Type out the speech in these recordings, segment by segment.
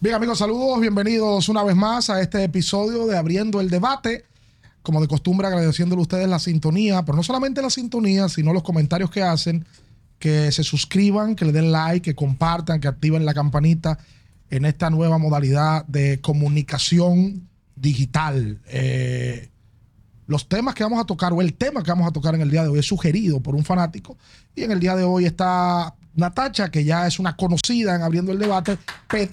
Bien amigos, saludos, bienvenidos una vez más a este episodio de Abriendo el Debate. Como de costumbre, agradeciéndole a ustedes la sintonía, pero no solamente la sintonía, sino los comentarios que hacen, que se suscriban, que le den like, que compartan, que activen la campanita en esta nueva modalidad de comunicación digital. Eh, los temas que vamos a tocar o el tema que vamos a tocar en el día de hoy es sugerido por un fanático y en el día de hoy está Natacha, que ya es una conocida en abriendo el debate. Pe-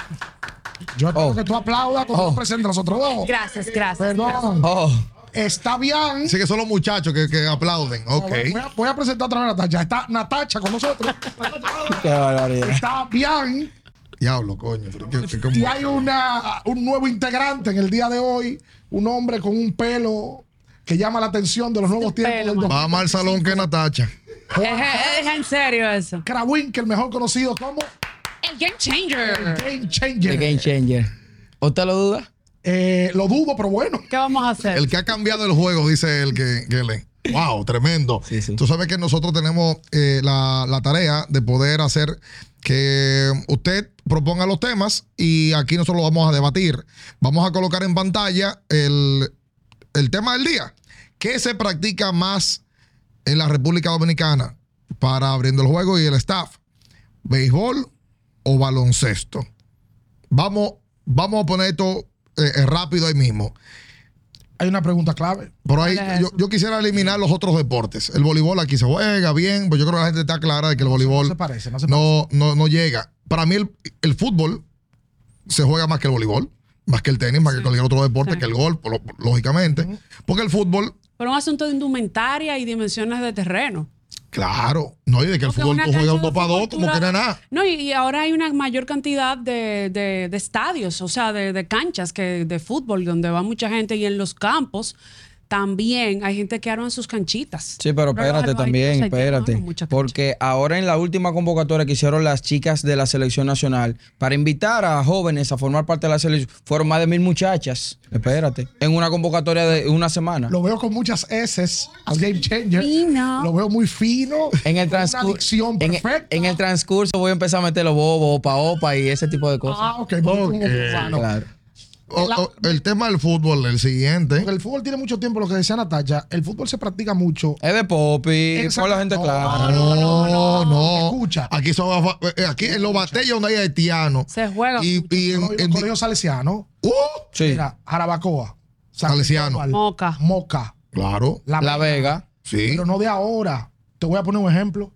Yo espero Oh. que tú aplaudas cuando Oh. tú presentes a nosotros dos. Gracias, Pues gracias. Perdón. Oh, Está bien. Así que son los muchachos que, que aplauden. Ok. Voy, a, voy a presentar otra vez a Natacha. Está Natacha con nosotros. qué barbaridad. Está bien. Diablo, coño. pero qué- qué- cómo- Y hay una, un nuevo integrante en el día de hoy. Un hombre con un pelo que llama la atención de los Este nuevos tiempos pelo, del dos- Va más al salón que Natacha. Es, es- es en serio eso. Krawin, que el mejor conocido como El Game Changer. Game The Changer. Game Changer. ¿Usted lo duda? Eh, lo dudo, pero bueno. ¿Qué vamos a hacer? El que ha cambiado el juego, dice el que, que le. Wow, tremendo. Sí, sí. Tú sabes que nosotros tenemos eh, la, la tarea de poder hacer que usted proponga los temas y aquí nosotros los vamos a debatir. Vamos a colocar en pantalla el, el tema del día. ¿Qué se practica más en la República Dominicana para abriendo el juego y el staff? ¿Béisbol o baloncesto? Vamos, vamos a poner esto eh, eh, rápido ahí mismo. Hay una pregunta clave. Por ahí, ¿Cuál es yo, eso? yo quisiera eliminar los otros deportes. El voleibol aquí se juega bien, pues yo creo que la gente está clara de que el No voleibol se parece, no se parece. no, no, no llega. Para mí, el, el fútbol se juega más que el voleibol, más que el tenis, más que cualquier otro deporte, que el golf, lo- lógicamente. Porque el fútbol, Por un asunto de indumentaria y dimensiones de terreno. claro, no, y de que el Porque fútbol una tú juegas cancha un de dos para dos, fútbol tú como la- que no es nada. No, y, y ahora hay una mayor cantidad de, de- de estadios, o sea, de, de canchas que de fútbol, donde va mucha gente y en los campos también hay gente que arman sus canchitas. Sí, pero espérate hay- también, o sea, espérate. hay muchas canchas. Porque ahora en la última convocatoria que hicieron las chicas de la selección nacional para invitar a jóvenes a formar parte de la selección, fueron más de mil muchachas. Espérate. En una convocatoria de una semana. Lo veo con muchas S al Game Changer. Fino. Lo veo muy fino. En el, Una transcurso, dicción en, perfecta. en el transcurso voy a empezar a meter los bobos, opa, opa y ese tipo de cosas. Ah, ok. porque como cubano. Claro. O- o- el tema del fútbol, el siguiente. Porque el fútbol tiene mucho tiempo, lo que decía Natacha. El fútbol se practica mucho. Es de Poppy, Exacto. por la gente No, clara. No, no, Escucha. Aquí, son, eh, aquí en los batallas donde hay haitianos. Se juega Y, y en, No, y los en- colegios salesianos. ¡Uh! Sí. Mira, Jarabacoa. San Salesiano. Cristóbal, Moca. Moca. Claro. La Vega. Sí. Pero no de ahora. Te voy a poner un ejemplo.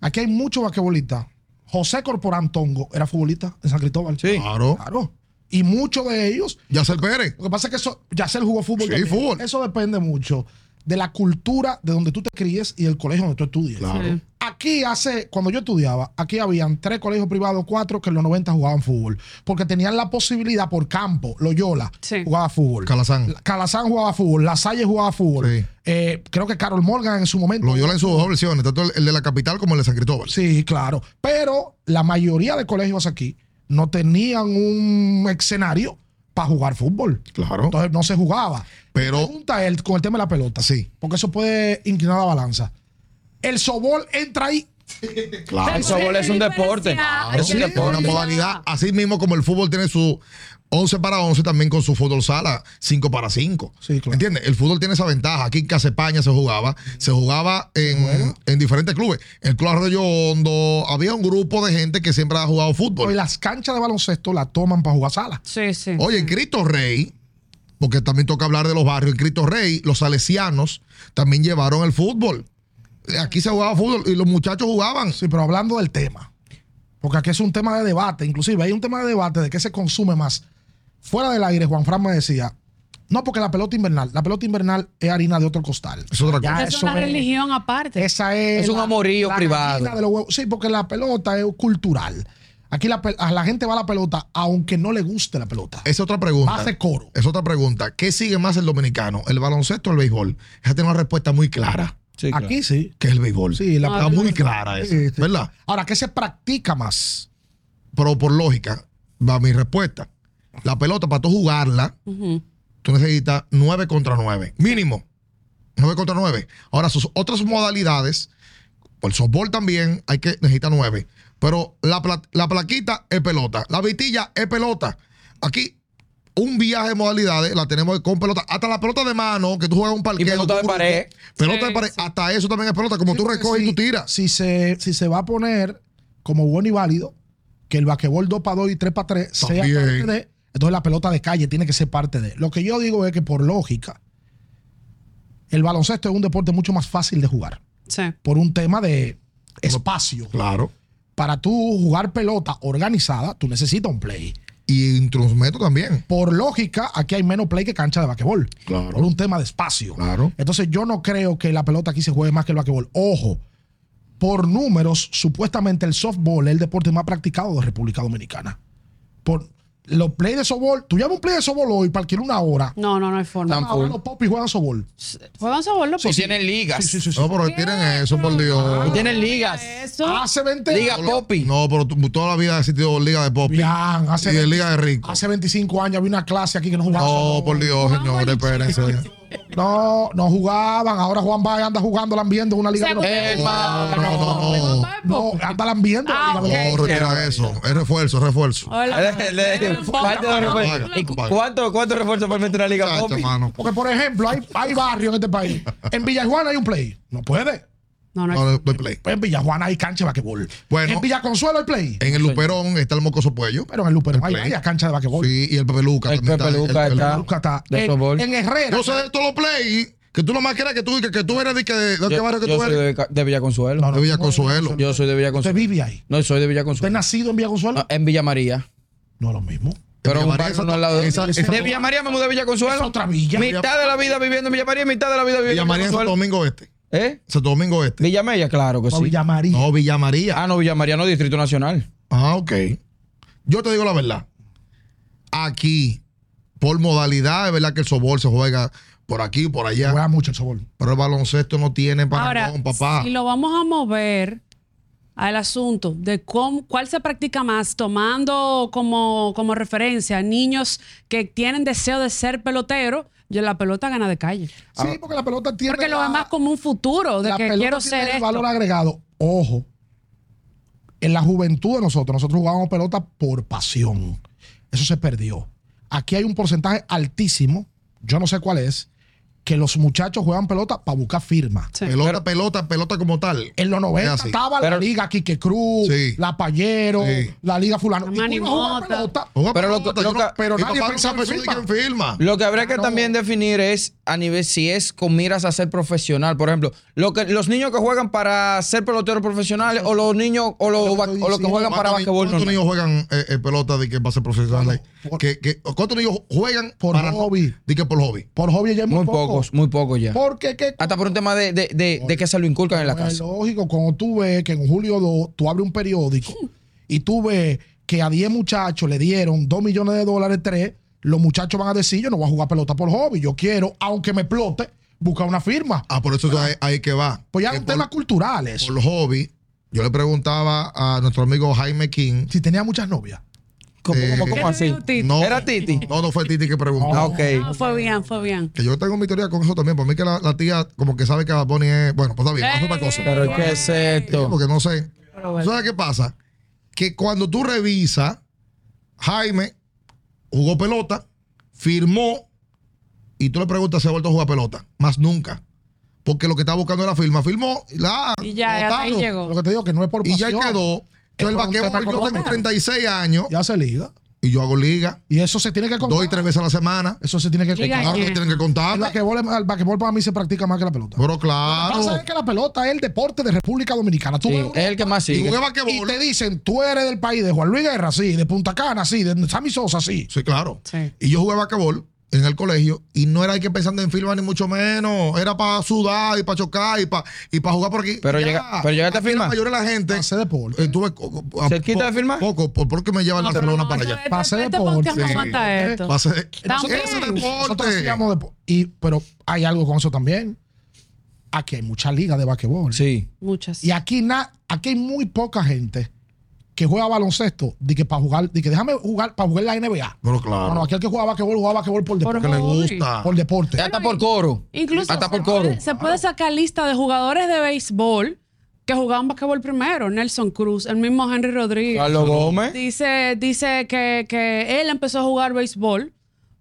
Aquí hay muchos basquetbolistas. José Corporán Tongo era futbolista en San Cristóbal. Sí. Claro. Claro. Y muchos de ellos. Yacel Pérez. Lo que pasa es que eso. Yacel jugó fútbol. Sí, también. fútbol. Eso depende mucho de la cultura de donde tú te críes y del colegio donde tú estudies. Claro. Aquí hace, cuando yo estudiaba, aquí habían tres colegios privados, cuatro que en los 90 jugaban fútbol. Porque tenían la posibilidad por campo. Loyola Sí. jugaba fútbol. Calazán. La- Calazán jugaba fútbol. La Salle jugaba fútbol. Sí. Eh, creo que Carol Morgan en su momento. Loyola en sus dos versiones, tanto el, el de la capital como el de San Cristóbal. Sí, claro. Pero la mayoría de colegios aquí no tenían un escenario para jugar fútbol. Claro. Entonces no se jugaba. Pero- Pregunta él con el tema de la pelota. Sí. Porque eso puede inclinar la balanza. El sobol entra ahí. El Claro. softball es un deporte. Claro. Es un Sí, una deporte. modalidad, así mismo como el fútbol tiene su 11 para 11, también con su fútbol sala 5 para 5. Sí, claro. ¿Entiendes? El fútbol tiene esa ventaja. Aquí en Casa España se jugaba, se jugaba en, en diferentes clubes. El Club Arroyo Hondo, había un grupo de gente que siempre ha jugado Y fútbol. las canchas de baloncesto la toman para jugar sala. Sí, sí. Oye, en Cristo Rey, porque también toca hablar de los barrios, en Cristo Rey, los salesianos también llevaron el fútbol. Aquí se jugaba fútbol y los muchachos jugaban. Sí, pero hablando del tema. Porque aquí es un tema de debate. Inclusive hay un tema de debate de qué se consume más. Fuera del aire, Juan Fran me decía, no, porque la pelota invernal. La pelota invernal es harina de otro costal. Es otra cosa. Ya, es eso una es- religión aparte. Esa es. Es un amorío privado. gallina de los huevos. Sí, porque la pelota es cultural. Aquí la, pel- a la gente va a la pelota aunque no le guste la pelota. Es otra Va a pregunta. hacer coro. Es otra pregunta. ¿Qué sigue más el dominicano? ¿El baloncesto o el béisbol? Esa tiene una respuesta muy clara, Sí, claro. Aquí sí. que es el béisbol. Sí, la Ah, Está pelota- muy clara esa, Sí, sí. ¿verdad? Ahora, ¿qué se practica más? Pero por lógica, va mi respuesta. La pelota, para tú jugarla, Ujú. tú tú necesitas 9 contra 9, mínimo. 9 contra 9. Ahora, sus otras modalidades, por softball también, hay que necesitar 9. Pero la, pla- la plaquita es pelota, la vitilla es pelota. Aquí, un viaje de modalidades la tenemos con pelota. Hasta la pelota de mano, que tú juegas un parqueo. pelota de tú- pared. Pelota de Sí, pared, sí. hasta eso también es pelota. Como Sí, tú porque recoges y si- tú tiras. Si se, si se va a poner como bueno y válido, que el basquetbol 2 para 2 y 3 para 3 sea También. parte de, entonces la pelota de calle tiene que ser parte de. Lo que yo digo es que por lógica, el baloncesto es un deporte mucho más fácil de jugar. Sí. Por un tema de espacio. Claro. Para tú jugar pelota organizada, tú necesitas un play. Y intrusmeto también. Por lógica, aquí hay menos play que cancha de basquetbol. Claro. Por un tema de espacio. Claro. Entonces yo no creo que la pelota aquí se juegue más que el basquetbol. Ojo, por números, supuestamente el softball es el deporte más practicado de República Dominicana. Por los play de softball, tú llamas un play de softball hoy para alquilar una hora. No, no, no hay forma. Pues Ahora los popis juegan softball. Juegan softball Y los popis? tienen ligas. Sí, sí, sí, sí. No, pero retiren eso, por Y Dios. tienen ligas. Eso. Hace 20 Liga años. Poppy. No, pero tú- toda la vida ha existido Liga de Pop y Bien, hace, de 20 Liga de Rico. hace 25 años había una clase aquí que no jugaba. No, softball. por Dios, señores, espérense. No, no jugaban. Ahora Juan Baez anda jugando, lambiendo una O liga. de sea, los- que ustedes- Hermano. No, No, anda lambiendo. la Ah, liga de los- ok. No, Oh, retira eso. Es refuerzo, es refuerzo. Hola. Le- le- le- falta de pues. refuerzo. Paga, ¿Y cu- paga. ¿Cuánto, cuánto refuerzo para meter a la Liga Chacho, Poppy? mano. Porque, por ejemplo, hay, hay barrios en este país. En Villajuana hay un play. No puede. No, no hay No, no, no hay play. Pues en Villajuana hay cancha de basquetbol. Bueno. en Villaconsuelo hay play. En el Luperón está el mocoso Puello. Pero en el Luperón hay play. varias canchas de basquetbol. Sí, y el Pepe Luca El también Pepe Luca el Pepe está. Nunca está. De softball. En, en Herrera. Yo sé de todos los play que tú nomás quieras que tú, que, que tú eres de que de, de qué Yo, barrio que yo tú soy eres. de, Ca- de Villaconsuelo. De Villaconsuelo. Yo soy de Usted Villaconsuelo. vive ahí. No, soy de ¿Usted es Villaconsuelo. nacido en Villaconsuelo? Ah, En Villa María. No, lo mismo. Pero Villa un María, barrio esa- no al lado de. esa- esa- De Villa María me mudé a Es Villaconsuelo. otra villa. Mitad de la vida viviendo en Villa María y mitad de la vida viviendo Villa en María en Santo Villaconsuelo. Domingo Este. ¿Eh? Santo Domingo Este. Villa Mella, claro que No, sí. Villa María. No, Villa María. Ah, no, Villa María no, Distrito Nacional. Ah, ok. Yo te digo la verdad. Aquí, por modalidad, es verdad que el sobol se juega por aquí y por allá. Juega mucho el softball. Pero el baloncesto no tiene Ahora, parangón, papá. si lo vamos a mover al asunto de cómo, cuál se practica más, tomando como, como referencia niños que tienen deseo de ser pelotero, yo la pelota gana de calle. Ah. Sí, porque la pelota tiene. Porque lo la- ve más como un futuro, de la que pelota quiero tiene ser el esto. valor agregado. Ojo. En la juventud de nosotros, nosotros jugábamos pelota por pasión. Eso se perdió. Aquí hay un porcentaje altísimo, yo no sé cuál es, que los muchachos juegan pelota para buscar firma. Sí. Pelota, pelota, pelota como tal. En los 90 Es así. estaba la Pero- liga Quique Cruz, Sí. la Payero, Sí. la liga fulano. La Y tú ibas a jugar Manimota. pelota. Una Pero lo- lo pelota, yo no- que- pero mi nadie papá pensaba nunca en pensó firma. de quién firma. Lo que habría que Claro. también definir es a nivel si es con miras a ser profesional. Por ejemplo, lo que, los niños que juegan para ser peloteros profesionales o los niños o los, Yo va- estoy o los que diciendo, juegan para ¿Cuántos ni- basquetbol. ¿Cuántos normal. niños juegan eh, eh, pelota de que va a ser profesionales? Por- Que- que- ¿Cuántos niños juegan Por para- hobby. De que por hobby. Por hobby ya es muy, Muy poco. pocos, muy pocos ya. Porque qué Hasta por un tema de, de- de- de que se lo inculcan en la Pues Es casa. lógico, cuando tú ves que en julio 2 tú abres un periódico y tú ves que a 10 muchachos le dieron 2 millones de dólares, 3, los muchachos van a decir, yo no voy a jugar pelota por hobby, yo quiero, aunque me explote, buscar una firma. Ah, por eso ahí, ahí que va. Pues ya Que es un por- tema cultural eso. por hobby, yo le preguntaba a nuestro amigo Jaime King. Si tenía muchas novias. ¿Cómo, Eh, cómo, cómo así? ¿Qué te digo, No, ¿Era Titi? No, no fue Titi que preguntó. Ah, ok. Ah, fue bien, fue bien. Que yo tengo mi teoría con eso también. Para mí que la, la tía como que sabe que Bad Bunny es... Bueno, pues está bien, vamos a Eh. otra cosa. Pero ¿qué es esto? Porque no sé. Pero bueno. ¿Sabes qué pasa? Que cuando tú revisas, Jaime jugó pelota, firmó, y tú le preguntas si ha vuelto a jugar pelota. Más nunca. Porque lo que está buscando era firma. Firmó, la... Y ya, hasta ahí botaron, Lo llegó. que te digo que no es por Y ya pasión. quedó. Es Entonces el por un tema vaquero, yo tengo económico. 36 años Ya se liga. y yo hago liga Y eso se tiene que contar. dos y tres veces a la semana. Eso se tiene que Liga contar. Claro que tienen que contar. El basquetbol, el basquetbol para mí se practica más que la pelota. Pero Lo que pasa es claro. que la pelota es el deporte de República Dominicana. Tú Sí, eh. ves es el que más Y sigue. jugué y vaquebol. te dicen, tú eres del país de Juan Luis Guerra, sí, de Punta Cana, sí, de Sammy Sosa, sí. Sí, claro. Sí. Y yo jugué vaquebol en el colegio y no era ahí que pensando en firma ni mucho menos. Era para sudar y para chocar y para y para jugar por aquí. Pero llega- pero llegaste a Aquí firmar. La mayoría de la gente Hace deporte. eh, tuve co- co- a- ¿Cerquita de po- firmar? Poco, por, porque me llevan la Pero Barcelona no, para esto- allá. este- Pase este deporte. podcast no Sí. aguanta esto. Pase- También. Eh, Ese Nosotros deporte. hacíamos depo- y, pero hay algo con eso también. Aquí hay muchas ligas de basquetbol. Sí. Muchas. Y aquí, na- aquí hay muy poca gente que juega baloncesto, de que para jugar, de que déjame jugar para jugar en la NBA. Bueno, claro. No, no, aquel que jugaba que jugaba que por Por deporte. que le hobby. gusta. Por deporte. Hasta por coro. Incluso Hasta por se coro. puede, se puede sacar lista de jugadores de béisbol que jugaban basquetbol primero. Nelson Cruz, el mismo Henry Rodríguez. Carlos Gómez. Dice, dice que, que él empezó a jugar béisbol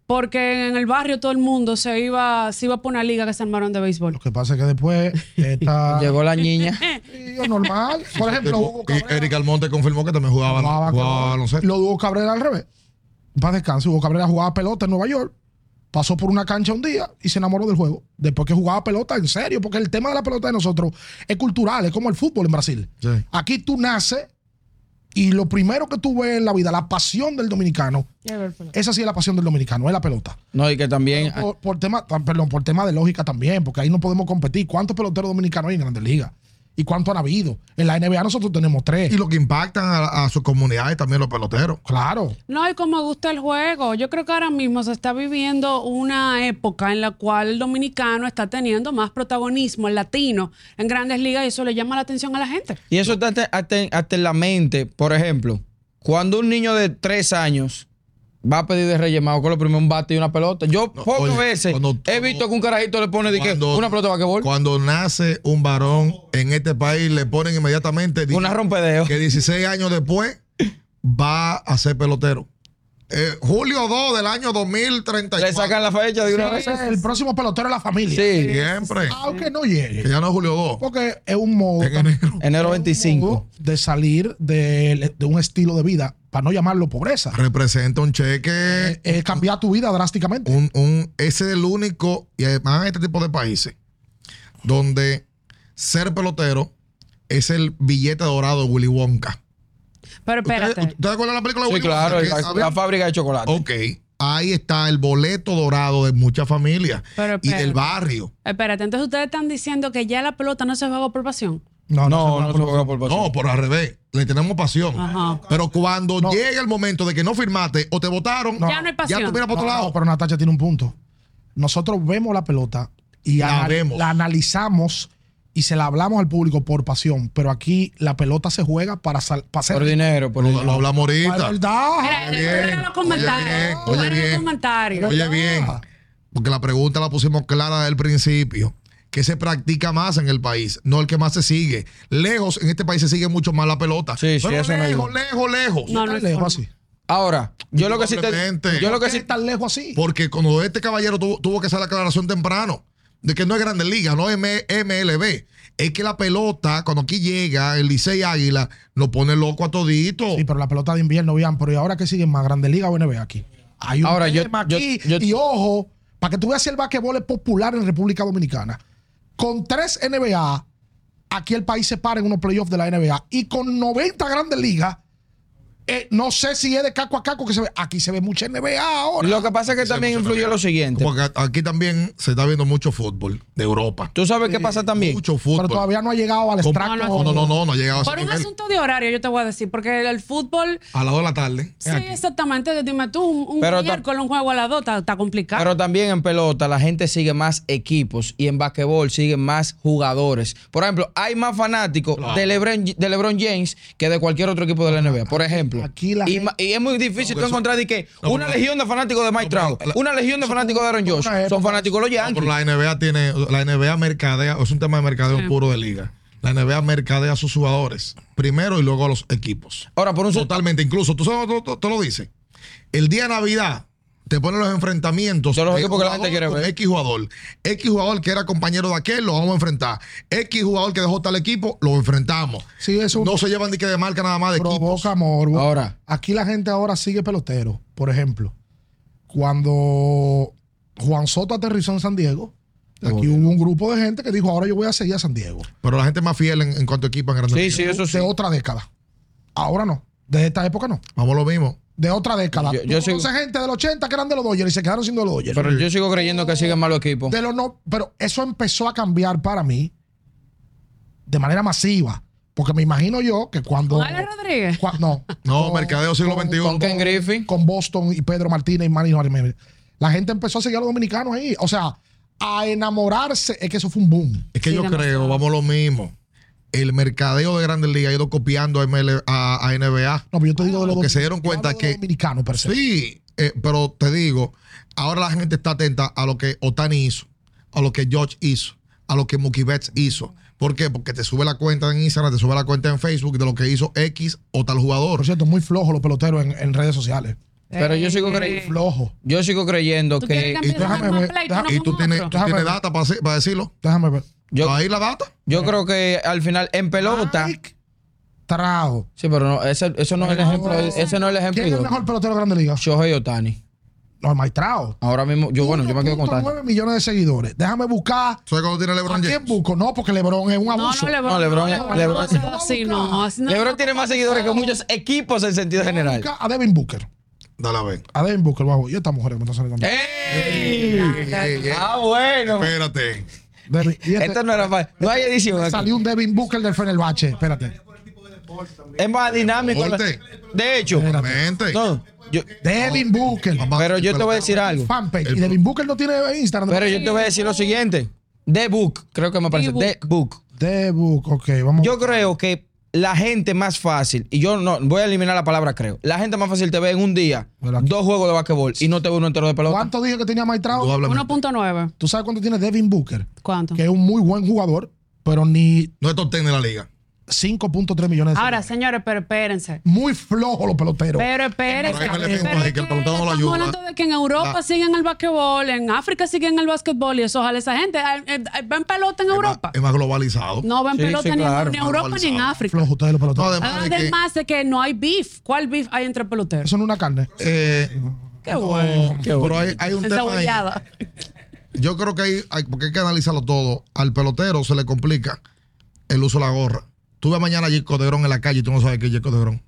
porque en el barrio todo el mundo se iba, se iba por una liga que se armaron de béisbol. Lo que pasa es que después está Llegó la niña. normal. Por ejemplo, Hugo Y Cabrera. Eric Almonte confirmó que también eh, jugaba, jugaba- jugaba baloncesto. Lo de Hugo Cabrera al revés. Paz descanso. Hugo Cabrera jugaba pelota en Nueva York. Pasó por una cancha un día y se enamoró del juego. Después que jugaba pelota, en serio, porque el tema de la pelota de nosotros es cultural, es como el fútbol en Brasil. Sí. Aquí tú naces y lo primero que tú ves en la vida, la pasión del dominicano, esa sí es la pasión del dominicano, es la pelota. No, y que también. Por, por tema, ah, perdón, por tema de lógica también, porque ahí no podemos competir. ¿Cuántos peloteros dominicanos hay en Grandes Ligas? ¿Y cuántos han habido? En la NBA nosotros tenemos tres. Y lo que impactan a, a sus comunidades también los peloteros. Claro. No, y como gusta el juego. Yo creo que ahora mismo se está viviendo una época en la cual el dominicano está teniendo más protagonismo, el latino, en grandes ligas y eso le llama la atención a la gente. Y eso está hasta, hasta en- hasta en la mente. Por ejemplo, cuando un niño de tres años va a pedir de Reyes Magos, que lo primero un bate y una pelota. Yo No, pocas oye, veces cuando- he visto que un carajito le pone de que Cuando- una pelota de basquetbol, Cuando nace un varón en este país, le ponen inmediatamente di- una rompedeo. que 16 años después va a ser pelotero. Eh, julio 2 del año 2034. Le sacan la fecha de una vez. Ese es el próximo pelotero de la familia. Sí, Siempre. Aunque no Que llegue. ya no es Julio 2. Porque es un modo, En enero. enero un modo 25. de salir de, de un estilo de vida, para no llamarlo pobreza. Representa un Eh. cheque. Es cambiar tu vida drásticamente. un, un- ese es el único, y además en este tipo de países, donde ser pelotero es el billete dorado de Willy Wonka. Eh, Pero ¿Ustedes espérate. ustedes acuerdan de la película de Sí, Willy claro, Wonka? la, Que la había- fábrica de chocolate. Ok, ahí está el boleto dorado de muchas familias Pero y del espérate. barrio. Espérate, entonces ustedes están diciendo que ya la pelota no se juega por pasión. No, no, no se juega por pasión. No, por al revés, le tenemos pasión. Ajá. Pero cuando llega el momento de que no firmaste o te votaron, Ya no hay pasión. Ya tú miras para No, otro no, lado. pero Natacha tiene un punto. Nosotros vemos la pelota y La ana- vemos. la analizamos y se la hablamos al público por pasión. Pero aquí la pelota se juega para, sal- para Por ser. dinero, por Lo, dinero. lo hablamos La ahorita. verdad. Mira, bien, fuera los comentarios. oye fuera los bien. comentarios. Oye bien, porque la pregunta la pusimos clara desde el principio. ¿Qué se practica más en el país? No el que más se sigue. Lejos, en este país se sigue mucho más la pelota. Sí, sí, Pero eso no lejos, ayuda. lejos, lejos. No, no Tan hay lejos forma. así. Ahora, yo lo que sí te. Indudablemente. Yo lo que ¿Por qué sí. tan lejos así? Porque cuando este caballero tuvo, tuvo que hacer la aclaración temprano de que no es Grande Liga, no es M- MLB. Es que la pelota, cuando aquí llega el Licey Águila, nos pone loco a todito. Sí, pero la pelota de invierno, vean, pero ¿y ahora que siguen más? Grande Liga o NBA aquí. Hay un Ahora, yo- tema yo- aquí. yo- y ojo, para que tú veas si el basquetbol es popular en República Dominicana. Con tres NBA, aquí el país se para en unos playoffs de la NBA. Y con 90 Grandes Ligas, eh, no sé si es de caco a caco que se ve. Aquí se ve mucha NBA ahora. Lo que pasa es que también influye lo siguiente. Porque a- aquí también se está viendo mucho fútbol de Europa. ¿Tú sabes qué pasa también? Mucho fútbol. pero todavía no ha llegado al Con- extracto. no, no, no, no, no ha llegado a ese Por un nivel. asunto de horario, yo te voy a decir, porque el fútbol, A las 2 de la tarde. sí, exactamente, dime tú, un, un Pero ta- miércoles, un juego a las dos, está está complicado. Pero también en pelota la gente sigue más equipos y en basquetbol siguen más jugadores. Por ejemplo, hay más fanáticos de, LeBron, de LeBron James que de cualquier otro equipo de la NBA, por ejemplo. Aquí la y, gente- ma- y es muy difícil tú encontrar de que No, una pero- legión de fanáticos de Mike Trout, una legión de fanáticos de Aaron una Josh, época- son fanáticos de los Pero Yankees. la NBA tiene, la NBA mercadea, es un tema de mercadeo puro de liga. La NBA mercadea a sus jugadores primero y luego a los equipos. Ahora, por un sol- Totalmente, incluso, tú sabes, tú, tú- tú lo dices. El día de Navidad te ponen los enfrentamientos De los de equipos que la jugador gente quiere con ver. X jugador. X jugador que era compañero de aquel, lo vamos a enfrentar. X jugador que dejó tal equipo, lo enfrentamos. Sí, es un- No se llevan ni que de marca nada más de equipos. provoca morbo. Ahora. Aquí la gente ahora sigue pelotero. Por ejemplo, cuando Juan Soto aterrizó en San Diego, aquí hubo un grupo de gente que dijo, ahora yo voy a seguir a San Diego. Pero la gente es más fiel en, en cuanto a equipo en Grandes Sí, Ligas. sí, eso sí. De otra década. Ahora no. De esta época no. Vamos a lo mismo. De otra década. Yo- Tú yo sigo- conoces gente del 80 que eran de los Dodgers y se quedaron siendo de los Dodgers. Pero yo sigo creyendo que siguen más los equipos. De los no, pero eso empezó a cambiar para mí de manera masiva. Porque me imagino yo que cuando... Con Ale Rodríguez. cua- no. No, Con- mercadeo siglo con- XXI. Con Ken Griffey. con Boston y Pedro Martínez y Manny Jiménez. La gente empezó a seguir a los dominicanos ahí. O sea, a enamorarse. Es que eso fue un boom. Es que Sí, yo demasiado. creo, vamos a lo mismo. el mercadeo de Grandes Ligas ha ido copiando a, ML a- a NBA. No, pero yo te digo de los Porque se dieron yo hablo cuenta de los que- dominicanos, per se. Sí, eh, pero te digo, ahora la gente está atenta a lo que Otani hizo, a lo que George hizo, a lo que Mookie Betts hizo. ¿Por qué? Porque te sube la cuenta en Instagram, te sube la cuenta en Facebook de lo que hizo X o tal jugador. Por cierto, muy flojo los peloteros en, en redes sociales. Pero yo sigo creyendo. creyendo. Flojo. Yo sigo creyendo ¿Tú quieres que. cambiar déjame de ver, play? deja- no Y tú pongas tienes, otro. tú tienes Déjame ver. data para, decirlo. Déjame ver. Yo, Ahí la data. yo creo que al final, en pelota. eh. Mike Trout. Sí, pero no, ese, eso no es el Pero ejemplo. no, Ese no es el ejemplo. ¿Quién es el mejor pelotero de Grandes Ligas? Shohei Otani. No, Mike Trout. Ahora mismo, yo bueno, yo me quedo con Tani. 1.9 millones de seguidores. Déjame buscar. ¿Sabes cuando tiene ¿A LeBron quién James? busco? No, porque LeBron es un No, abuso. no, Lebron. No, Lebron- no, Lebron- no se da así, no, así no. LeBron tiene más seguidores que muchos equipos en sentido general. Busca a Devin Booker. Dale a ver. A Devin Booker, bajo. Y estas mujeres que me están saliendo. Eh, ¡Ey! Eh, eh, Ah, bueno. Espérate. Devin- y este- Esto no era para. No hay edición aquí. Salió un Devin Booker del Fenerbahce. Espérate. Es más dinámico. Oíste. De hecho, Mente. no, yo- Devin Booker. pero yo te voy a decir algo. Fanpage. Y Devin Booker no tiene Instagram. Pero yo te voy a decir lo siguiente. The Book, creo que me parece. The The Book. De Book, ok, vamos. Yo creo que la gente más fácil, y yo no voy a eliminar la palabra creo, la gente más fácil te ve en un día Mira aquí. dos juegos de basquetbol y no te ve uno entero de pelota. ¿Cuánto dije que tenía Mike Trout? Indudablemente. 1.9. ¿Tú sabes cuánto tiene Devin Booker? ¿Cuánto? Que es un muy buen jugador, pero ni No es top 10 de la liga. 5.3 millones de Ahora, seguidores. señores, pero espérense. Muy flojo los peloteros. Pero espérense. Pero Pero ahí me le es que que el pelotón no lo estamos ayuda. hablando de que en Europa La- siguen el basquetbol, en África siguen el basquetbol y eso, ojalá esa gente. eh, eh, eh, ¿Ven pelota en Es más- Europa? Es más globalizado. No ven Sí, pelota sí, ni, claro. ni en Europa ni en Globalizado. África. Flojo ustedes los No, peloteros. Ah, además de que- Además de que no hay beef. ¿Cuál beef hay entre peloteros? Eso no es una carne. eh, Qué bueno. Qué bueno. pero hay, hay un tema ahí. Ensabollada. Yo creo que hay, hay- porque hay que analizarlo todo. Al pelotero se le complica el uso de la gorra. Tú ves mañana a Gisco de Grón en la calle y tú no sabes que es Gisco de Grón.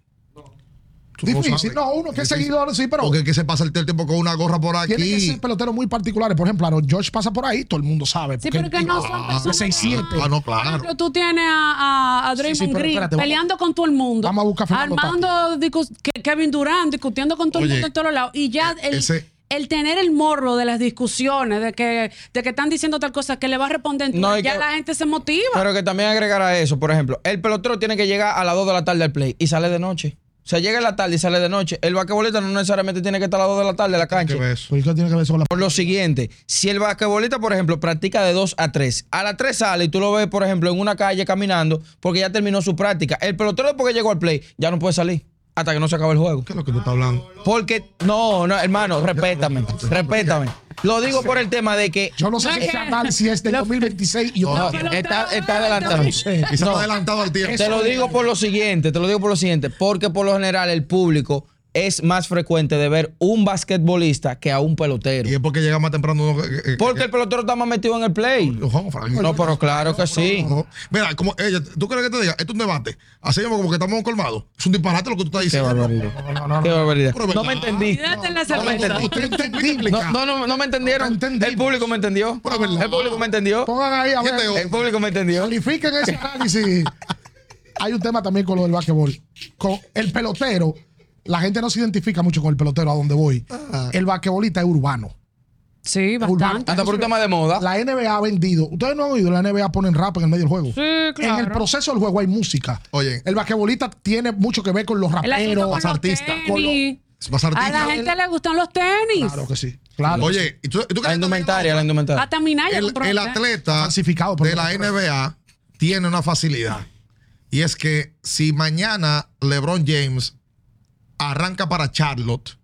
Tú no Difícil. sabes. No, uno que es seguidor, sí, pero Porque es que se pasa el tiempo con una gorra por tiene que aquí. ser peloteros muy particulares. Por ejemplo, Aaron George pasa por ahí, todo el mundo sabe. Sí, porque pero que no son personas. 6'7". Ah, no, Por claro. ejemplo, tú tienes a, a, a Draymond Sí, sí, pero Green espérate, vamos- peleando con todo el mundo. Vamos a buscar a Fernando Armando discu- Ke- Kevin Durant discutiendo con todo Oye, el mundo en todos lados. Y ya e-, el, ese- el tener el morro de las discusiones, de que, de que están diciendo tal cosa, que le va a responder, tú, No, y ya que- la gente se motiva. Pero que también agregar a eso, por ejemplo, el pelotero tiene que llegar a las 2 de la tarde al play y sale de noche. O sea, llega en la tarde y sale de noche. El basquetbolista no necesariamente tiene que estar a las 2 de la tarde en la cancha. ¿Qué ves? Pues, ¿qué tiene que ver eso con la- Por lo siguiente, si el basquetbolista, por ejemplo, practica de 2 a 3, a las 3 sale y tú lo ves, por ejemplo, en una calle caminando porque ya terminó su práctica. El pelotero, porque llegó al play, ya no puede salir hasta que no se acabe el juego. ¿Qué es lo que tú estás hablando? Ah, Porque, no, no, hermano, respétame, respétame. Lo digo por el tema de que Yo no sé No, si es ese que- análisis es del 2026 y yo no, también. está, está adelantado. Quizás está adelantado al tiempo. Te lo digo por lo siguiente, te lo digo por lo siguiente, porque por lo general el público es más frecuente de ver un basquetbolista que a un pelotero. Y es porque llega más temprano. uno que- que- que- Porque el pelotero está más metido en el play. Ojo, Frank. No, pero claro que sí. Ojo. Mira, como ella, ¿tú crees que te diga? Esto es un debate. Así mismo como que estamos colmados. Es un disparate lo que tú estás Qué diciendo. barbaridad. No, no, no, Qué no. barbaridad. Pero es No me verdad. entendí. Quédate en la No, cerveza. no, usted entendió. No, no, no, no me entendieron. entendimos. El público me entendió. Pero es verdad. El público me entendió. Pongan ahí a Gente, ver. El público me entendió. Califiquen ese análisis. Hay un tema también con lo del básquetbol. Con el pelotero, la gente no se identifica mucho con el pelotero a donde voy. Ah. El basquetbolista es urbano. Sí, Urbano. bastante. Hasta por un tema de moda. La NBA ha vendido. Ustedes no han oído, la NBA ponen rap en el medio del juego. Sí, claro. En el proceso del juego hay música. Oye. El basquetbolista tiene mucho que ver con los El asunto raperos. con los artista, tenis. con Es más artista. A la gente le gustan los tenis. Claro que sí. Claro. Oye, ¿y tú, y tú crees La que indumentaria, la Ah, indumentaria. Hasta Minaya el, compró el los tenis. atleta Falsificado por de los la NBA tiene una facilidad. Y es que si mañana LeBron James arranca para Charlotte,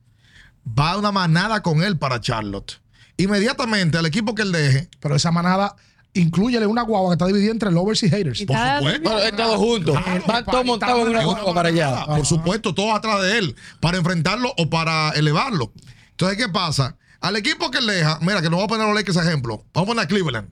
va una manada con él para Charlotte. Inmediatamente al equipo que él deje, Pero esa manada, inclúyele una guagua que está dividida entre lovers y haters. Y está- supuesto. Pero es todo junto. Van todos montados en una copa para allá. por supuesto, todos atrás de él, para enfrentarlo o para elevarlo. Entonces, ¿qué pasa? Al equipo que él deja, mira, que no voy a poner a los Lakers ejemplo, vamos a poner a Cleveland.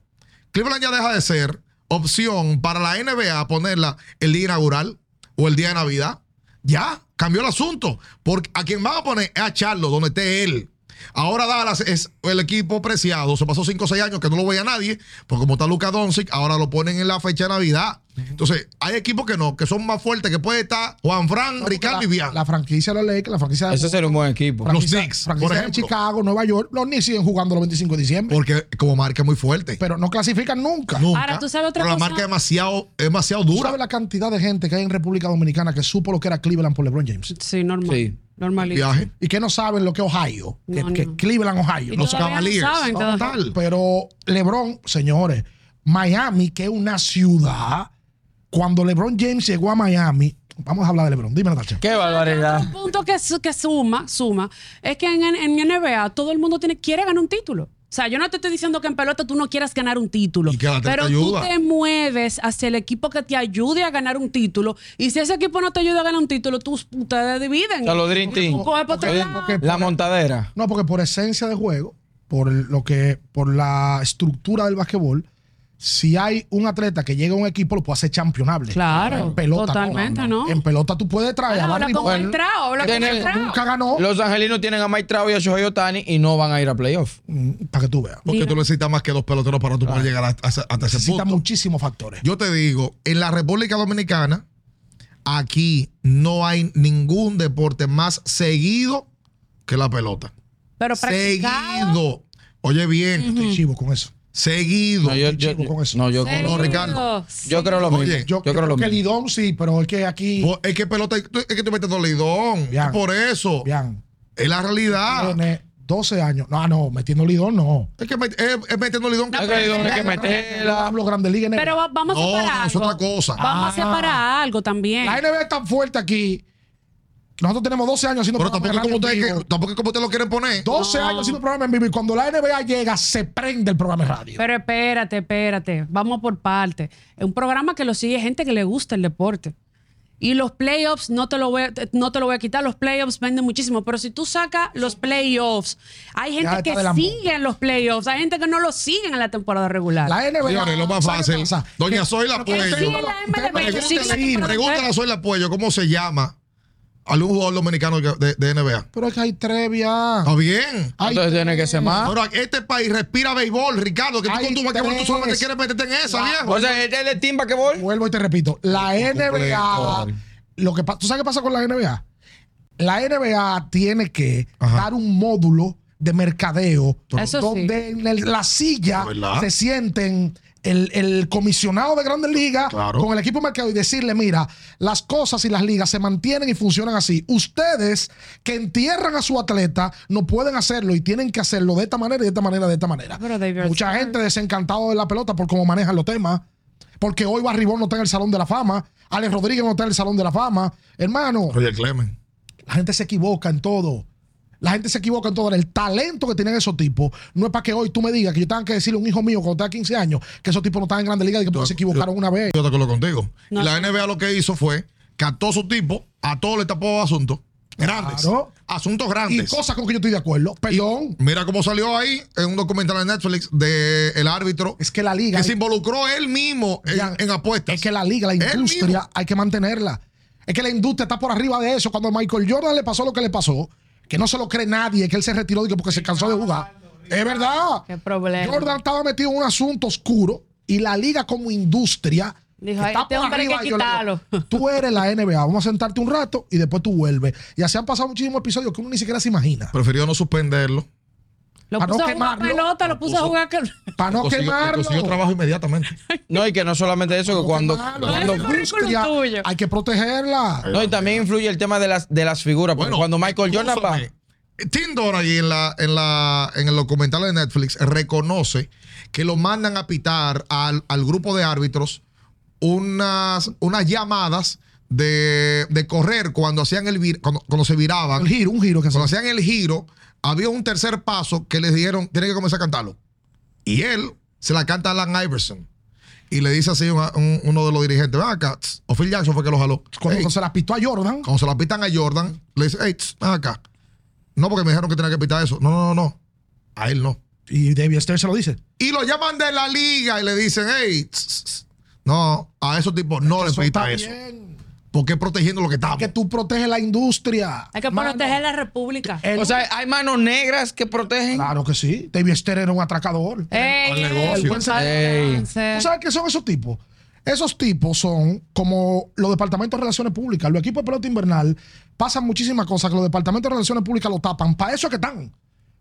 Cleveland ya deja de ser opción para la NBA ponerla el día inaugural o el día de Navidad. Ya, cambió el asunto. Porque a quien van a poner es a Charlo, donde esté él. Ahora Dallas es el equipo preciado. Se pasó 5 o 6 años que no lo veía nadie, porque como está Luca Doncic, ahora lo ponen en la fecha de Navidad. Entonces, hay equipos que no, que son más fuertes, que puede estar Juan Fran, Ricardo la, y Bian. la franquicia de los Lakers, la franquicia de Ese sería un buen equipo. Los franquicia- Knicks, franquicia por de ejemplo. Chicago, Nueva York, los Knicks siguen jugando los 25 de diciembre, Porque como marca es muy fuerte. pero no clasifican nunca. Nunca. Ahora, ¿tú sabes otra Pero cosa? la marca es demasiado, es demasiado ¿Tú dura. sabes la cantidad de gente que hay en República Dominicana que supo lo que era Cleveland por LeBron James? Sí, normal. Sí. Normalito. Viaje. Y que no saben lo que es Ohio, que, No, que no. Cleveland, Ohio. Y No Los todavía Cavaliers. No saben, todavía- Total. Pero LeBron, señores, Miami, que es una ciudad, cuando LeBron James llegó a Miami, vamos a hablar de LeBron, dime Natacha. Qué barbaridad. Un punto que, su- que suma, suma, es que en, en, en NBA todo el mundo tiene, quiere ganar un título. O sea, yo no te estoy diciendo que en pelota tú no quieras ganar un título, Y que la pero te tú ayuda. te mueves hacia el equipo que te ayude a ganar un título. Y si ese equipo no te ayuda a ganar un título, tú, ustedes dividen. Te lo Dream Team. Tú coges por otro Ok. lado. Porque La montadera. No, porque por esencia de juego, por lo que, por la estructura del basquetbol, si hay un atleta que llega a un equipo, lo puede hacer campeonable. Claro, En pelota. totalmente, ¿no? En pelota tú puedes traer a Ahora Barry con Bonds, el trao, ahora con Tiene- el trao. nunca ganó, Los angelinos tienen a Mike Trout y a Shohei Otani y no van a ir a playoff. mm, para que tú veas. Porque Mira. tú necesitas más que dos peloteros para tú poder llegar hasta, hasta- hasta ese Necesita punto. muchísimos factores. Mm. Yo te digo, en la República Dominicana, aquí no hay ningún deporte más seguido que la pelota. Pero practicado. Seguido. Oye bien, Estoy chivo con eso. seguido. No, yo, yo- chivo con eso. no, yo, Seguido. No, Ricardo. yo creo lo mismo. Oye, yo, creo lo que mismo. Lidón sí, pero es que aquí, Vos- Pues, Es que pelota, es que tú metes todo lidón. Bien. Por eso. vean, Es la realidad. tiene 12 años. No, ah, no, metiendo Lidón no. Es que met- es, es metiendo lidón. Yo creo que Lidón hay que meterla. Hablo Grande Liga NBA. Pero va- vamos a No, separar no, es algo. otra cosa. Vamos a separar algo también. La NBA es tan fuerte aquí. Nosotros tenemos 12 años haciendo Pero tampoco es programas como de ustedes radio en que- vivo. tampoco es como ustedes lo quieren poner. 12 años haciendo programas en vivo y cuando la NBA llega se prende el programa de radio. Pero espérate, espérate, vamos por parte. Es un programa que lo sigue gente que le gusta el deporte. Y los playoffs, no te lo voy a, te- no te lo voy a quitar, los playoffs venden muchísimo, pero si tú sacas los playoffs, hay Ya gente está que de la sigue en los playoffs, hay gente que no lo sigue en la temporada regular. la NBA Señores, lo más ¿sabe qué fácil. pasa? Doña Que- Zoila pues. que Puello. sí, la MLB, Ustedes me que sí, quieren la decir, temporada Pregúntale a Zoila Puello cómo se llama algún jugador dominicano que- de, de NBA. Pero es que hay trevia. Está bien. Hay Entonces tiene que ser más. Ahora, este país respira béisbol, Ricardo. Que tú Ay, con tu vaquebol tú Ah. tres. solamente quieres meterte en esa, viejo. O sea, este es el team basquetbol. Vuelvo y te repito, la NBA, completo. lo que pa- ¿tú sabes qué pasa con la NBA? La NBA tiene que Ajá. dar un módulo de mercadeo Eso sí. donde en el- la silla ¿Verdad? se sienten el, el comisionado de Grandes Ligas Claro. con el equipo de mercado y decirle, mira, las cosas y las ligas se mantienen y funcionan así. Ustedes que entierran a su atleta no pueden hacerlo y tienen que hacerlo de esta manera y de esta manera, de esta manera. Pero David Mucha Stern- gente desencantado de la pelota por cómo manejan los temas. Porque hoy Barribón no está en el Salón de la Fama. Alex Rodríguez no está en el Salón de la Fama. Hermano, Roger Clemen. la gente se equivoca en todo. La gente se equivoca en todo. El talento que tienen esos tipos no es para que hoy tú me digas que yo tenga que decirle a un hijo mío cuando tenga 15 años que esos tipos no están en Grandes Ligas y que porque se equivocaron una vez. Yo te acuerdo contigo. No. Y la NBA lo que hizo fue cató su tipo, a todos le tapó asuntos grandes. Claro. Asuntos Y grandes. cosas con que yo estoy de acuerdo. Perdón. Mira cómo salió ahí en un documental de Netflix del árbitro Es que la liga. que se involucró él mismo en, Ya. en apuestas. Es que la liga, la mismo. industria, hay que mantenerla. Es que la industria está por arriba de eso. Cuando a Michael Jordan le pasó lo que le pasó, que no se lo cree nadie, que él se retiró de que porque se cansó de jugar. Es verdad. Qué problema. Jordan estaba metido en un asunto oscuro y la liga como industria Dijo, que "Ay, este hombre hay que yo le digo, Tú eres la NBA, vamos a sentarte un rato y después tú vuelves. Y así han pasado muchísimos episodios que uno ni siquiera se imagina. Prefirió no suspenderlo. Lo Para no puso a jugar quemarlo, pelota, lo puso a jugar... que- Para no Consiguió- quemarlo. consiguió trabajo inmediatamente. No, y que no solamente eso, que cuando. Quemarlo. cuando- La industria, currículum tuyo. hay que protegerla. no, y también influye el tema de las, de las figuras. Porque cuando Michael Jordan va. escúchame, Tim Donaghy en, la, en, la, en el documental de Netflix reconoce que lo mandan a pitar al, al grupo de árbitros unas, unas llamadas de, de correr cuando hacían el vir- cuando, cuando se viraban. El giro, un giro que se Cuando hacían el giro, había un tercer paso que les dieron, tienen que comenzar a cantarlo. Y él se la canta a Alan Iverson. Y le dice así a un- uno de los dirigentes, ven acá, tss". o Phil Jackson fue que lo jaló. Cuando Ey, se las pistó a Jordan, cuando se la pitan a Jordan, le dice, hey, tss, ven acá. No, porque me dijeron que tenía que pitar eso. No, no, no, no. A él no. y David Stern se lo dice. Y lo llaman de la liga y le dicen, hey, tss, tss, tss". no, a esos tipos no les Eso pita está eso. bien. ¿Por qué protegiendo lo que estamos? Que tú proteges la industria. Hay que Mano, Eh, proteger la república. el- O sea, hay manos negras que protegen. Claro que sí. David Stern era un atracador. Ey, Al negocio. el buen saldo Ey. de avance. ¿Tú sabes qué son esos tipos? Esos tipos son como los departamentos de relaciones públicas. Los equipos de pelota invernal pasan muchísimas cosas que los departamentos de relaciones públicas lo tapan. Para eso es que están.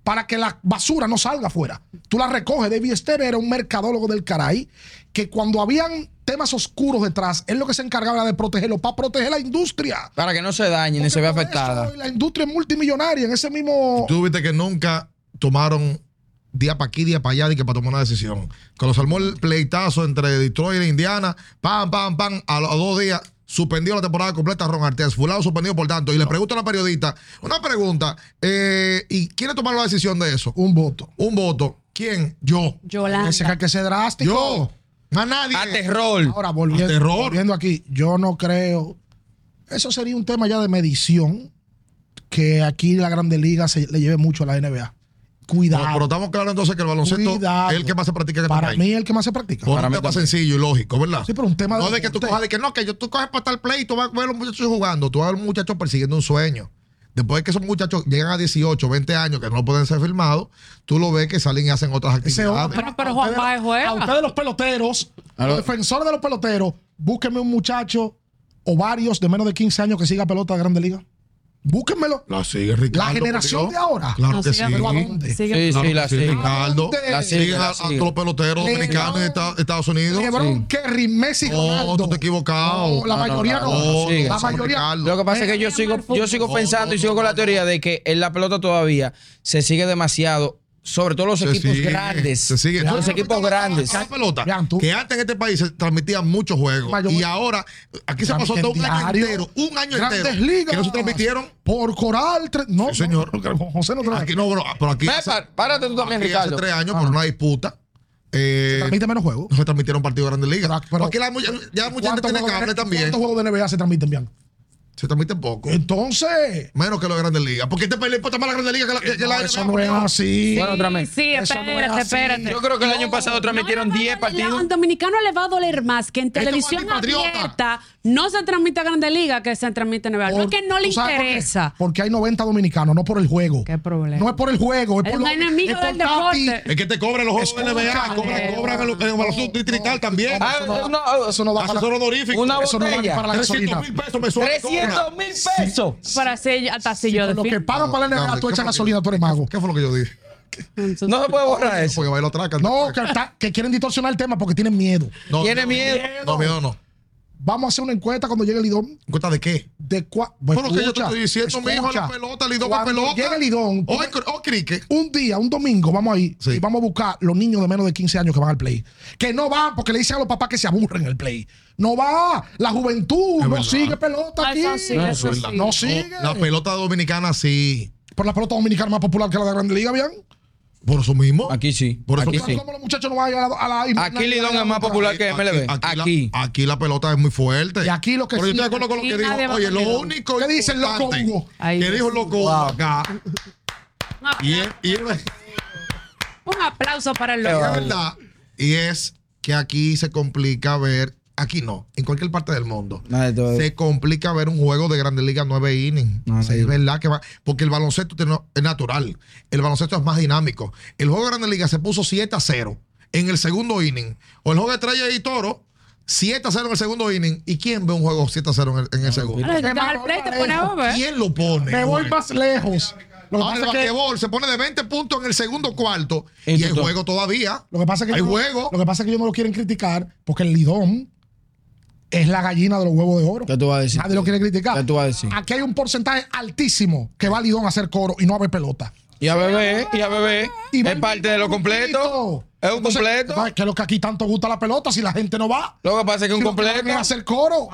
Para que la basura no salga afuera. Tú la recoges. David Stern era un mercadólogo del caray que cuando habían temas oscuros detrás, él lo que se encargaba era de protegerlo, para proteger la industria. Para que no se dañe ni se vea Porque con afectada. eso, La industria es multimillonaria en ese mismo... Tú viste que nunca tomaron día para aquí, día para allá, de que para tomar una decisión. Cuando se armó el pleitazo entre Detroit e Indiana, pam, pam, pam, a los a dos días suspendió la temporada completa Ron Artes. Fulano suspendido por tanto. Y le pregunto a la periodista, una pregunta, eh, ¿y quiénes tomaron la decisión de eso? Un voto. Un voto. ¿Quién? Yo. Yolanda. Ese que- que sea drástico. Yo. Más nadie. Ah, A terror. Ahora, volviendo, Terror. volviendo aquí, yo no creo. Eso sería un tema ya de medición que aquí la Grande Liga se le lleve mucho a la NBA. Pero, Cuidado. pero estamos claros entonces que el baloncesto Cuidado. es el que más se practica en este para país. mí es el que más se practica. Por Para un mí tema también. sencillo y lógico, ¿verdad? Sí, pero un tema de No de que tú deporte. cojas de que no, que yo, tú coges para estar play y tú vas a ver a los muchachos jugando. Tú vas a ver a los muchachos persiguiendo un sueño. Después de que esos muchachos llegan a 18, 20 años, que no pueden ser filmados, tú lo ves que salen y hacen otras Ese actividades. hombre- Bueno, pero a Juan ustedes- Baez juega. A ustedes los peloteros, los defensores de los peloteros, búsquenme un muchacho o varios de menos de 15 años que siga pelota de Grande Liga. Búsquenmelo. La sigue Ricardo. La generación por de Dios. ahora. Claro No, que sí. siga, pero ¿a dónde? Sigue. Sí, Claro sí, que la sí, sí. Ricardo. La sigue, Siguen a, la a sigue. todos los peloteros Lebron. dominicanos de Esta- Estados Unidos. LeBron, Sí. Kerry, Messi, No, Ronaldo. tú te equivocado. Oh, No, Oh, la mayoría no. no, Oh, sigue. la mayoría. Ricardo. Lo que pasa es que yo Eh, sigo, Marfú. yo sigo No, pensando y no, sigo no, con la no. teoría de que en la pelota todavía se sigue demasiado, sobre todo los Se equipos sigue, grandes. Se sigue. Los Entonces, equipos ahorita, grandes. la pelota, Vean tú. que antes en este país se transmitían muchos juegos. Ma, yo y voy- ahora, aquí se Gran- pasó todo un año diario, entero. Un año Grandes entero. Ligas. Que no se transmitieron. Por Coral. tre- No, Sí, señor. no, no, José no trae. Aquí no, bro, pero aquí. Ve, hace- pa- párate tú también, aquí Ricardo. Hace tres años por una disputa. eh, Transmite menos juegos. no se transmitieron partidos de grandes ligas. Pero- pero- aquí la mu- ya mucha gente ¿Cuántos tiene juegos de- cable también. ¿Cuántos juegos de NBA se transmiten bien? Se transmiten poco. Entonces, Menos que los de grandes ligas. Porque este país le importa más la grandes ligas que la, que- que la no, eso NBA, no por es Dios. así. Bueno, otra vez. Sí, Eso no es espérate, así. espérate. Yo creo que el año pasado transmitieron No, no, 10 no, no, partidos. Al dominicano le va a doler más que en Este televisión es antipatriota. abierta no se transmite a Grande Liga que se transmite en NBA. No es Por- que no le ¿tú sabes por qué? interesa. Porque hay 90 dominicanos, no por el juego. Qué problema. No es por el juego, es Es por un lo- enemigo es por del Tati. deporte. Es que te cobran los juegos de NBA, Escúchame. cobran, cobran en el, en el baloncesto distrital también. Ah, Eso no da- una- Eso no va para Asesor honorífico. Una eso no va ni botella. para la 300 gasolina. mil pesos mensuales. 300 mil pesos. Para así, hasta así yo Con Lo que defino. pagan para la NBA, tú echas gasolina, tú eres mago. ¿Qué fue lo que yo dije? No se puede borrar eso. Porque bailo traca. No, que, está- que quieren distorsionar el tema porque tienen miedo. no, Tiene no, miedo. No, miedo no. Vamos a hacer una encuesta cuando llegue el idón. ¿Cuenta de qué? De cua- Por lo que yo te Pues Escucha, estoy diciendo, escucha. mijo, la pelota, el idón va Cuando pelota. Oh, Llega el idón. O, o cricket. un día, un domingo, vamos ahí Sí. y vamos a buscar los niños de menos de 15 años que van al play. Que no van porque le dicen a los papás que se aburren el play. No va. La juventud Es no verdad. sigue pelota aquí. Eso sí, No, eso es sí. No sigue. Oh, La pelota dominicana sí. Por la pelota dominicana más popular que la de la Grande Liga, ¿bien? Por eso mismo. Aquí sí. Por eso Aquí que- sí. ¿Cómo los muchachos no van a la, a la Aquí Lidón es más popular que MLB. Aquí, Aquí. la, aquí la pelota es muy fuerte. Y aquí lo que Pero yo sí- estoy de acuerdo con lo que aquí dijo. nadie va Oye, a lo Lidón. único. ¿Qué dice el loco importante Hugo? Ay, Que Dios dijo el loco Hugo acá. Un apla- Y es- y es- Un aplauso para el Qué loco. La verdad, y es que aquí se complica ver, aquí no, en cualquier parte del mundo, Nadie te va a- se complica ver un juego de Grandes Ligas 9 innings. No, O sea, nadie. es verdad que va, porque el baloncesto tiene- es natural, el baloncesto es más dinámico. El juego de Grandes Ligas se puso 7 a 0 en el segundo inning, o el juego de Estrella y Toro. 7 a 0 en el segundo inning. ¿Y quién ve un juego 7 a 0 en el, en el segundo? Ahora, si tú te vas al play, te pones a pues, ver. ¿Quién lo pone? Me voy güey? más lejos. Lo que Ahora Ah, el pasa es que, basquetbol se pone de 20 puntos en el segundo cuarto Y y tú hay to- juego todavía. lo que pasa es que Hay yo- juego. Lo que pasa es que ellos no lo quieren criticar porque el Lidón es la gallina de los huevos de oro. ¿Qué tú vas a decir? Nadie lo quiere criticar. ¿Qué tú vas a decir? Aquí hay un porcentaje altísimo que va al Lidón a hacer coro y no a ver pelota. Y a bebé, y a bebé. Y Es ven- parte de lo completo. Es un Entonces, completo. entonces, ¿Qué es lo que aquí tanto gusta la pelota si la gente no va? Lo que pasa es que es un Si lo que completo. van es a hacer coro.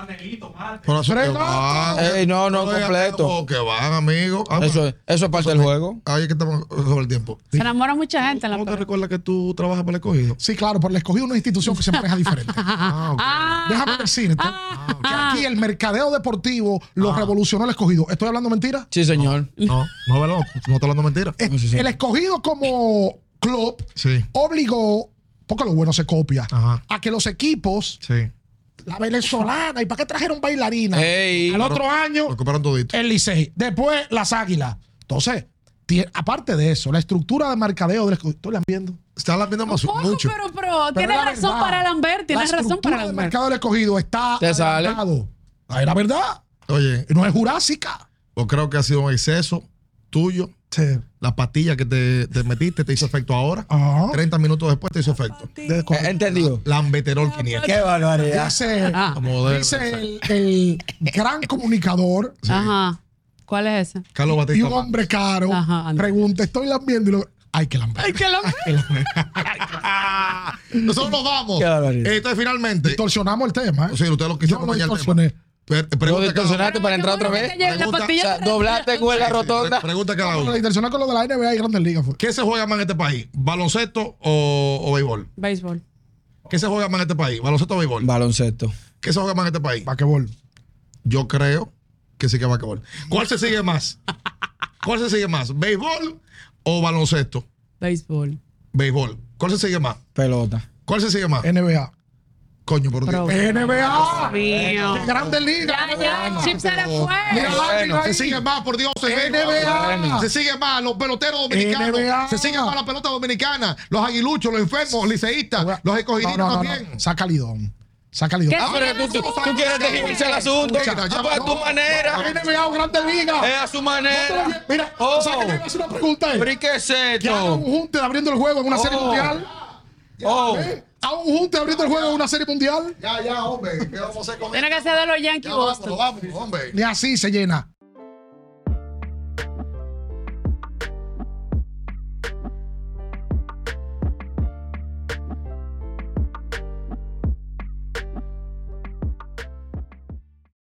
Pero eso Pero no. que van. Ey, no, no, Pero ya completo. tenemos Que van, amigo. Ah, Eso es, eso es parte del juego. Ay, es que estamos sobre el tiempo. Se enamora mucha gente en la ¿No te pelota. recuerdas que tú trabajas para el escogido? Sí, claro, pero le escogí una institución que se maneja diferente. Ah, ok. Ah, Déjame decirte que aquí el mercadeo deportivo lo Ah. revolucionó el escogido. ¿Estoy hablando mentira? Sí, señor. No, no, ¿verdad? No está hablando mentira. Eh, Sí, sí. El escogido como club Sí, obligó, porque lo bueno se copia, Ajá. a que los equipos sí. la venezolana. ¿Y para qué trajeron bailarina? Ey. Al otro año, Lo compraron todito. el Licey. Después, las águilas. Entonces, tie- aparte de eso, la estructura de mercadeo del estoy la viendo. Está lamiendo más Poco, mucho. pero, pero, Pero tienes es la razón verdad. para Lambert, tienes la razón estructura para del Lambert. mercado del escogido está Te sale. adelantado. Ay, la verdad. Oye, No es jurásica. yo creo que ha sido un exceso tuyo. La pastilla que te, te metiste te hizo efecto ahora. Ajá. 30 minutos después te hizo efecto. De- Eh, Entendido. Lambeterol 500. Qué barbaridad. Dice, Ah, Como debe dice ser. el, el gran comunicador Ajá. ¿Cuál es ese? Carlos y Batista. un hombre caro. Ajá, anda. pregunta, estoy lambiendo y lo. Hay que lamber. Ay, que Lambert. Nosotros nos vamos. Qué barbaridad. Entonces, finalmente. Distorsionamos el tema. ¿eh? O sea, usted lo quiso Yo no acompañar el distorsioné. tema. Per- Lo Pregunta cada distorsionaste para Ah, entrar otra vez. Oye, La Pregunta- O pastilla sea, doblaste con la rotonda. Pre- Pregunta cada Lo uno. distorsioné con lo de la NBA y Grandes Ligas. fue. ¿Qué se juega más en este país? ¿Baloncesto o, o béisbol? Béisbol. ¿Qué se juega más en este país? ¿Baloncesto o béisbol? Baloncesto. ¿Qué se juega más en este país? Basquetbol. Yo creo que sí que va a acabar. ¿Cuál se sigue más? ¿Cuál se sigue más? ¿Béisbol o baloncesto? Béisbol. Béisbol. ¿Cuál se sigue más? Pelota. ¿Cuál se sigue más? NBA. Coño, por Pro. Dios. NBA. Mío. ¡Qué Grandes Ligas. Ya, ya, Chips era Mira, fuerte. Larry, Bueno, no hay- Se sigue más, por Dios, se NBA. Se sigue más, los peloteros dominicanos. NBA. Se sigue más la pelota dominicana. Los aguiluchos, los enfermos, liceístas, los escogiditos también. Saca Lidón. Saca Lidón. ¿Qué? Ah, Ah, pero tú, tú, tú quieres definirse el asunto. Escucha, Ah, ya pues, a va, tu no. manera. NBA o Grandes Ligas. Es a su Oye, manera. Mira, Eh, Oh. ¿sabes que te iba a hacer una pregunta? eh? Pero ¿y qué es Que haga un esto? junte de abriendo el juego en una Oh. serie mundial. Oh, ¿Eh? A un junte de abriendo el juego en una serie mundial. Ya, ya, hombre. ¿Qué vamos a hacer con Tiene que ser de los Yankees Ya, vámonos, Boston. vámonos, hombre. Y así se llena.